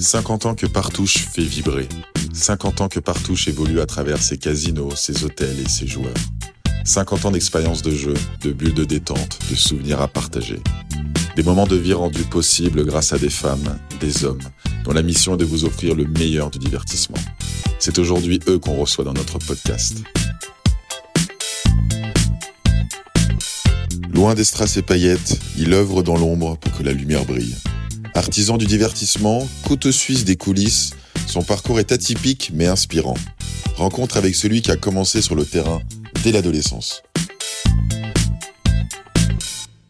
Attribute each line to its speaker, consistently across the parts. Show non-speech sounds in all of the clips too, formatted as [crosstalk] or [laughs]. Speaker 1: 50 ans que Partouche fait vibrer. 50 ans que Partouche évolue à travers ses casinos, ses hôtels et ses joueurs. 50 ans d'expérience de jeu, de bulles de détente, de souvenirs à partager. Des moments de vie rendus possibles grâce à des femmes, des hommes, dont la mission est de vous offrir le meilleur du divertissement. C'est aujourd'hui eux qu'on reçoit dans notre podcast. Loin des strass et paillettes, il œuvre dans l'ombre pour que la lumière brille. Artisan du divertissement, couteau suisse des coulisses, son parcours est atypique mais inspirant. Rencontre avec celui qui a commencé sur le terrain dès l'adolescence.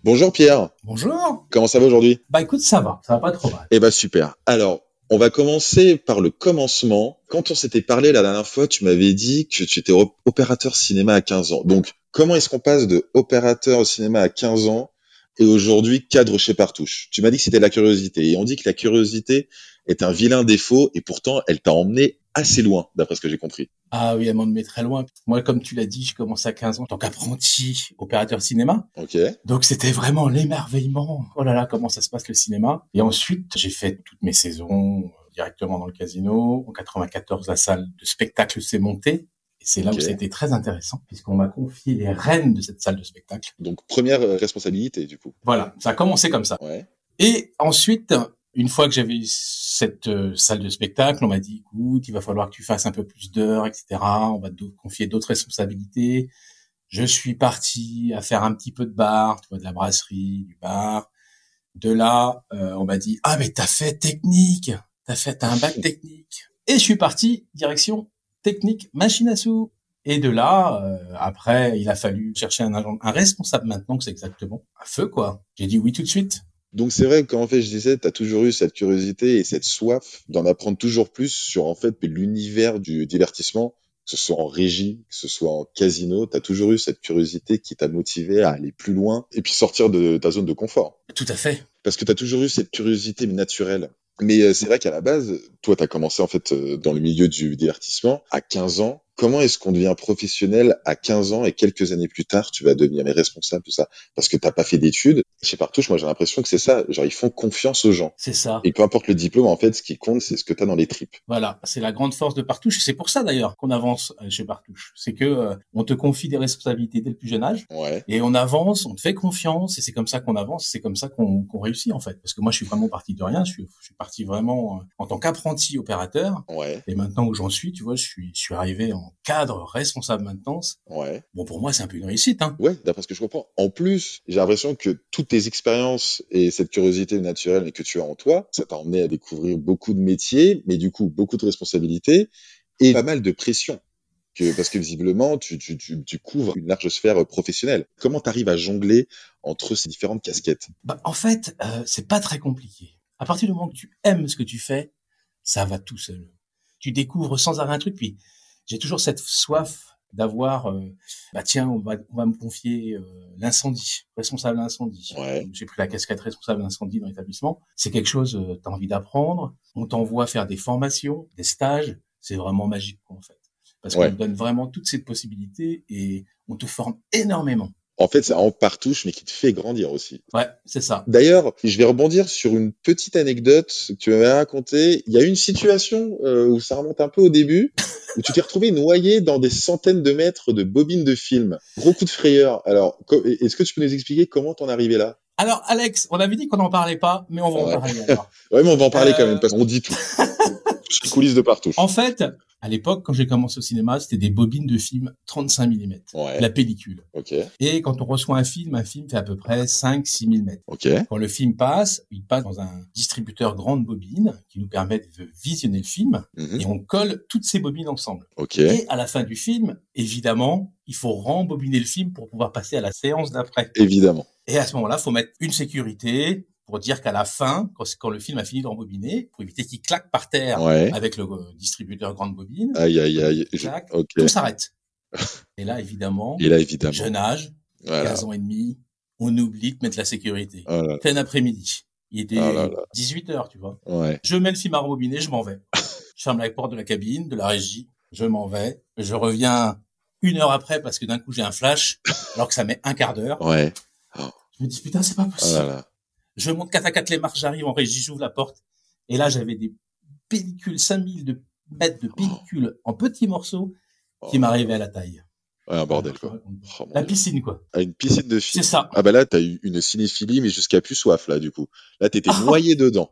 Speaker 1: Bonjour Pierre,
Speaker 2: Bonjour.
Speaker 1: comment ça va aujourd'hui
Speaker 2: Bah écoute, ça va, ça va pas trop mal.
Speaker 1: Eh ben super. Alors, on va commencer par le commencement. Quand on s'était parlé la dernière fois, tu m'avais dit que tu étais op- opérateur cinéma à 15 ans. Donc, comment est-ce qu'on passe de opérateur au cinéma à 15 ans et aujourd'hui cadre chez Partouche Tu m'as dit que c'était la curiosité. Et on dit que la curiosité est un vilain défaut et pourtant, elle t'a emmené assez loin, d'après ce que j'ai compris.
Speaker 2: Ah oui, elle m'en met très loin. Moi, comme tu l'as dit, j'ai commencé à 15 ans en tant qu'apprenti opérateur cinéma.
Speaker 1: Ok.
Speaker 2: Donc c'était vraiment l'émerveillement. Oh là là, comment ça se passe le cinéma. Et ensuite, j'ai fait toutes mes saisons euh, directement dans le casino. En 94, la salle de spectacle s'est montée. Et c'est là
Speaker 1: Ok.
Speaker 2: où c'était très intéressant, puisqu'on m'a confié les rênes de cette salle de spectacle.
Speaker 1: Donc, première euh, responsabilité, du coup.
Speaker 2: Voilà, ça a commencé comme ça.
Speaker 1: Ouais.
Speaker 2: Et ensuite, une fois que j'avais eu cette euh, salle de spectacle, on m'a dit, écoute, il va falloir que tu fasses un peu plus d'heures, etc. On va te confier d'autres responsabilités. Je suis parti à faire un petit peu de bar, tu vois, de la brasserie, du bar. De là, euh, on m'a dit, ah, mais t'as fait technique. T'as fait, t'as un bac technique. Et je suis parti direction technique machine à sous. Et de là, euh, après, il a fallu chercher un agent, un responsable maintenant, que c'est exactement un feu, quoi. J'ai dit oui tout de suite.
Speaker 1: Donc c'est vrai qu'en fait, je disais, tu as toujours eu cette curiosité et cette soif d'en apprendre toujours plus sur en fait l'univers du divertissement, que ce soit en régie, que ce soit en casino, tu as toujours eu cette curiosité qui t'a motivé à aller plus loin et puis sortir de ta zone de confort.
Speaker 2: Tout à fait.
Speaker 1: Parce que tu as toujours eu cette curiosité mais naturelle. Mais euh, c'est vrai qu'à la base, toi, tu as commencé en fait euh, dans le milieu du divertissement à 15 ans. Comment est-ce qu'on devient professionnel à 15 ans et quelques années plus tard, tu vas devenir les responsables de ça Parce que t'as pas fait d'études. Chez Partouche, moi, j'ai l'impression que c'est ça. Genre, ils font confiance aux gens.
Speaker 2: C'est ça.
Speaker 1: Et peu importe le diplôme, en fait, ce qui compte, c'est ce que t'as dans les tripes.
Speaker 2: Voilà, c'est la grande force de Partouche. C'est pour ça d'ailleurs qu'on avance euh, chez Partouche. C'est que euh, on te confie des responsabilités dès le plus jeune âge
Speaker 1: Ouais.
Speaker 2: et on avance, on te fait confiance et c'est comme ça qu'on avance, c'est comme ça qu'on qu'on réussit en fait. Parce que moi, je suis vraiment parti de rien. Je suis, je suis parti vraiment euh, en tant qu'apprenti opérateur
Speaker 1: Ouais.
Speaker 2: et maintenant où j'en suis, tu vois, je suis, je suis arrivé en cadre responsable maintenance.
Speaker 1: Ouais.
Speaker 2: Bon, pour moi, c'est un peu une réussite. Hein.
Speaker 1: Ouais, d'après ce que je comprends. En plus, j'ai l'impression que toutes tes expériences et cette curiosité naturelle que tu as en toi, ça t'a emmené à découvrir beaucoup de métiers, mais du coup, beaucoup de responsabilités et pas mal de pression. Que, parce que visiblement, tu, tu, tu, tu couvres une large sphère professionnelle. Comment t'arrives à jongler entre ces différentes casquettes
Speaker 2: Bah, en fait, euh, c'est pas très compliqué. À partir du moment que tu aimes ce que tu fais, ça va tout seul. Tu découvres sans arrêt un truc. Puis j'ai toujours cette soif d'avoir, euh, bah tiens, on va, on va me confier euh, l'incendie, responsable incendie.
Speaker 1: Ouais.
Speaker 2: J'ai pris la casquette responsable incendie dans l'établissement. C'est quelque chose, euh, t'as envie d'apprendre. On t'envoie faire des formations, des stages. C'est vraiment magique en fait, parce
Speaker 1: Ouais.
Speaker 2: qu'on te donne vraiment toutes ces possibilités et on te forme énormément.
Speaker 1: En fait, ça en partouche, mais qui te fait grandir aussi.
Speaker 2: Ouais, c'est ça.
Speaker 1: D'ailleurs, je vais rebondir sur une petite anecdote que tu m'avais racontée. Il y a eu une situation euh, où ça remonte un peu au début, où tu t'es retrouvé noyé dans des centaines de mètres de bobines de film. Gros coup de frayeur. Alors, co- est-ce que tu peux nous expliquer comment t'en es arrivé là
Speaker 2: Alors, Alex, on avait dit qu'on n'en parlait pas, mais on va
Speaker 1: Ouais.
Speaker 2: en parler. alors.
Speaker 1: Ouais, mais on va en parler quand
Speaker 2: Euh.
Speaker 1: même, parce qu'on
Speaker 2: [laughs]
Speaker 1: dit tout. Tout les coulisses de partout.
Speaker 2: En fait, à l'époque, quand j'ai commencé au cinéma, c'était des bobines de films 35 mm,
Speaker 1: Ouais,
Speaker 2: la pellicule.
Speaker 1: ok,
Speaker 2: Et quand on reçoit un film, un film fait à peu près 5-6 000 mètres.
Speaker 1: ok,
Speaker 2: Quand le film passe, il passe dans un distributeur grande bobine qui nous permet de visionner le film
Speaker 1: mhm,
Speaker 2: et on colle toutes ces bobines ensemble.
Speaker 1: ok,
Speaker 2: Et à la fin du film, évidemment, il faut rembobiner le film pour pouvoir passer à la séance d'après.
Speaker 1: évidemment.
Speaker 2: Et à ce moment-là, faut mettre une sécurité pour dire qu'à la fin, quand, quand le film a fini de rembobiner, pour éviter qu'il claque par terre
Speaker 1: Ouais,
Speaker 2: avec le euh, distributeur grande bobine,
Speaker 1: aïe, aïe, aïe. Je-
Speaker 2: Clac.
Speaker 1: [laughs] Ok,
Speaker 2: tout s'arrête. Et là, évidemment,
Speaker 1: et là, évidemment. Ah
Speaker 2: jeune âge,
Speaker 1: Voilà.
Speaker 2: 15 ans et demi, on oublie de mettre la sécurité.
Speaker 1: Oh là là,
Speaker 2: Plein après-midi. Il était
Speaker 1: Ah là là.
Speaker 2: 18 heures, tu vois.
Speaker 1: Ouais,
Speaker 2: Je mets le film à rembobiner,
Speaker 1: [laughs]
Speaker 2: je m'en vais. je ferme la porte de la cabine, de la régie, je m'en vais. Je reviens une heure après parce que d'un coup, j'ai
Speaker 1: [laughs]
Speaker 2: un flash, alors que ça met un quart d'heure.
Speaker 1: ouais.
Speaker 2: Je me dis, putain, c'est pas
Speaker 1: Oh
Speaker 2: possible.
Speaker 1: là là.
Speaker 2: Je monte 4 à 4 les marches, j'arrive en régie, j'ouvre la porte. Et là, j'avais des pellicule, 5000 de mètres de pellicule en petits morceaux qui m'arrivait à la taille.
Speaker 1: Ouais, un Oh. bordel, quoi. Oh, mon
Speaker 2: La
Speaker 1: Dieu.
Speaker 2: piscine, quoi.
Speaker 1: À une piscine de filles.
Speaker 2: C'est ça.
Speaker 1: Ah bah là, t'as eu une cinéphilie, mais jusqu'à plus soif, là, du coup. Là, t'étais
Speaker 2: Ah.
Speaker 1: noyé dedans.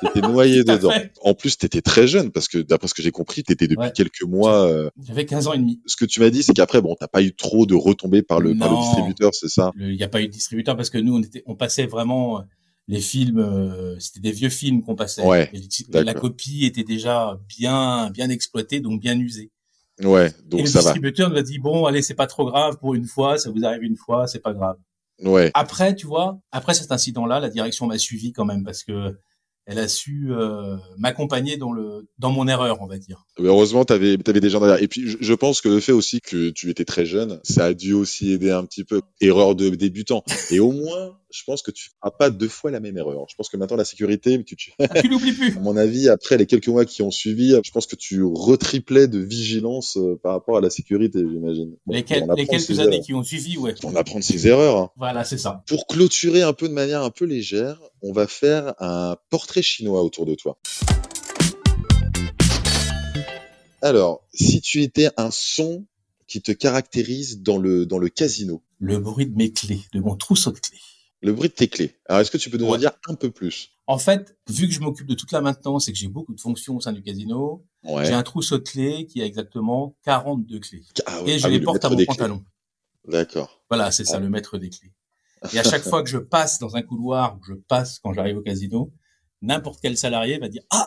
Speaker 1: T'étais noyé
Speaker 2: [laughs] Tout à
Speaker 1: dedans.
Speaker 2: fait.
Speaker 1: En plus, t'étais très jeune, parce que d'après ce que j'ai compris, t'étais depuis
Speaker 2: Ouais.
Speaker 1: quelques mois. euh,
Speaker 2: J'avais 15 ans et demi.
Speaker 1: Ce que tu m'as dit, c'est qu'après, bon, t'as pas eu trop de retombées par le, par le
Speaker 2: Non.
Speaker 1: distributeur, c'est ça
Speaker 2: Il n'y a pas eu de distributeur parce que nous, on, était, on passait vraiment euh, les films, euh, c'était des vieux films qu'on passait.
Speaker 1: Ouais,
Speaker 2: Et les- la
Speaker 1: d'accord.
Speaker 2: copie était déjà bien, bien exploitée, donc bien usée.
Speaker 1: Ouais,
Speaker 2: et
Speaker 1: donc
Speaker 2: le
Speaker 1: ça va.
Speaker 2: distributeur nous a dit, bon, allez, c'est pas trop grave pour une fois, ça vous arrive une fois, c'est pas grave.
Speaker 1: Ouais,
Speaker 2: Après, tu vois, après cet incident-là, la direction m'a suivi quand même parce que elle a su euh, m'accompagner dans le dans mon erreur, on
Speaker 1: [laughs]
Speaker 2: va dire.
Speaker 1: Mais heureusement, t'avais avais des gens derrière. Et puis, je, je pense que le fait aussi que tu étais très jeune, ça a dû aussi aider un petit peu. Erreur de débutant. Et au moins, je pense que tu feras pas deux fois la même erreur. Je pense que maintenant, la sécurité, tu, tu,
Speaker 2: Ah, tu l'oublies plus.
Speaker 1: À mon avis, après les quelques mois qui ont suivi, je pense que tu retriplais de vigilance euh, par rapport à la sécurité, j'imagine. Bon,
Speaker 2: les, quel-
Speaker 1: on apprend
Speaker 2: les
Speaker 1: de ses
Speaker 2: quelques années
Speaker 1: erreurs.
Speaker 2: qui ont suivi, ouais.
Speaker 1: On apprend de ses erreurs. hein.
Speaker 2: Voilà, c'est ça.
Speaker 1: Pour clôturer un peu de manière un peu légère, on va faire un portrait chinois autour de toi. Alors, si tu étais un son qui te caractérise dans le, dans le casino,
Speaker 2: Le bruit de mes clés, de mon trousseau de clés.
Speaker 1: le bruit de tes clés. Alors, est-ce que tu peux nous en
Speaker 2: Ouais.
Speaker 1: dire un peu plus
Speaker 2: En fait, vu que je m'occupe de toute la maintenance et que j'ai beaucoup de fonctions au sein du casino,
Speaker 1: Ouais.
Speaker 2: j'ai un trousseau de clés qui a exactement 42 clés.
Speaker 1: Ah ouais,
Speaker 2: Et
Speaker 1: ah
Speaker 2: je
Speaker 1: oui,
Speaker 2: les
Speaker 1: le
Speaker 2: porte
Speaker 1: maître
Speaker 2: à mon
Speaker 1: des clés.
Speaker 2: pantalon.
Speaker 1: D'accord.
Speaker 2: Voilà, c'est ça, le maître des clés. Et à chaque fois que je passe dans un couloir, ou je passe quand j'arrive au casino, n'importe quel salarié va dire Ah,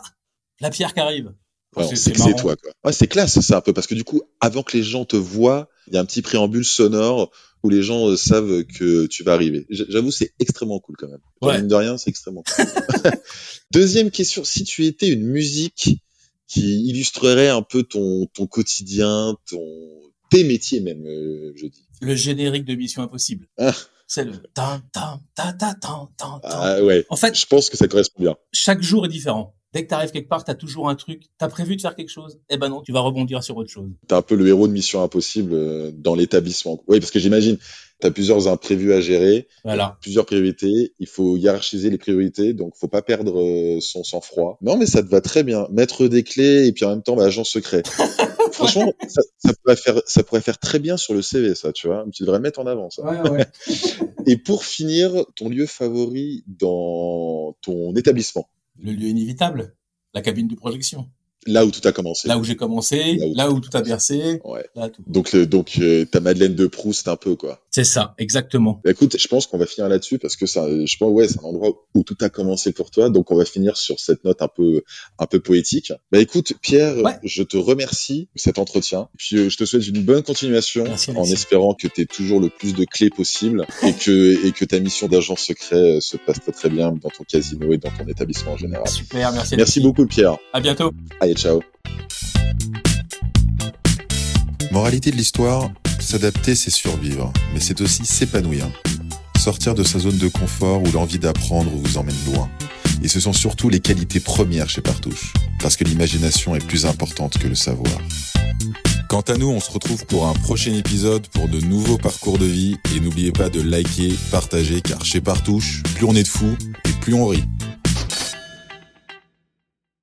Speaker 2: la pierre qui arrive.
Speaker 1: Ouais,
Speaker 2: Parce
Speaker 1: on
Speaker 2: que
Speaker 1: sait que c'est
Speaker 2: marrant.
Speaker 1: toi, quoi. Ouais, c'est classe, ça, un peu, parce que du coup, avant que les gens te voient, il y a un petit préambule sonore où les gens euh, savent que tu vas arriver. J- J'avoue, c'est extrêmement cool, quand même. Enfin,
Speaker 2: Ouais.
Speaker 1: Mine de rien, c'est extrêmement cool. [laughs] Deuxième question, si tu étais une musique qui illustrerait un peu ton, ton quotidien, ton, tes métiers même, euh, je dis.
Speaker 2: Le générique de Mission Impossible.
Speaker 1: Ah.
Speaker 2: C'est le tam, tam, ta, ta, tam, tam, tam.
Speaker 1: Ah ouais,
Speaker 2: En fait,
Speaker 1: je pense que ça correspond bien.
Speaker 2: chaque jour est différent. Dès que tu arrives quelque part, tu as toujours un truc. Tu as prévu de faire quelque chose Eh ben non, tu vas rebondir sur autre chose.
Speaker 1: T'es un peu le héros de Mission Impossible euh, dans l'établissement. Oui, parce que j'imagine, t'as plusieurs imprévus à gérer.
Speaker 2: Voilà.
Speaker 1: plusieurs priorités, il faut hiérarchiser les priorités, donc faut pas perdre euh, son sang-froid. Non, mais ça te va très bien. Maître des clés et puis en même temps bah, agent
Speaker 2: [laughs]
Speaker 1: secret. Franchement, ça, ça pourrait faire, ça pourrait faire très bien sur le CV, ça, tu vois. Tu devrais le mettre en avant, ça.
Speaker 2: Ouais, ouais.
Speaker 1: Et pour finir, ton lieu favori dans ton établissement,
Speaker 2: Le lieu inévitable, la cabine de projection.
Speaker 1: là où tout a commencé.
Speaker 2: Là où j'ai commencé,
Speaker 1: Là où
Speaker 2: là où tout a bercé.
Speaker 1: Ouais.
Speaker 2: là tout.
Speaker 1: Donc, le, donc euh, ta Madeleine de Proust un peu, quoi.
Speaker 2: C'est ça, exactement.
Speaker 1: Bah, écoute, je pense qu'on va finir là-dessus parce que ça, je pense, ouais, c'est un endroit où tout a commencé pour toi. Donc, on va finir sur cette note un peu, un peu poétique. Bah, écoute, Pierre,
Speaker 2: Ouais.
Speaker 1: je te remercie pour cet entretien. Puis, euh, je te souhaite une bonne continuation
Speaker 2: Merci,
Speaker 1: en
Speaker 2: Alexis.
Speaker 1: espérant que tu aies toujours le plus de clés possible et que, et que ta mission d'agent secret euh, se passe très, très bien dans ton casino et dans ton établissement en général.
Speaker 2: Super,
Speaker 1: Merci
Speaker 2: merci. Alexis.
Speaker 1: beaucoup, Pierre.
Speaker 2: À bientôt.
Speaker 1: Allez, ciao.
Speaker 3: Moralité de l'histoire, s'adapter c'est survivre, mais c'est aussi s'épanouir. Sortir de sa zone de confort où l'envie d'apprendre vous emmène loin. Et ce sont surtout les qualités premières chez Partouche, parce que l'imagination est plus importante que le savoir. Quant à nous, on se retrouve pour un prochain épisode pour de nouveaux parcours de vie et n'oubliez pas de liker, partager car chez Partouche, plus on est de fous et plus on rit.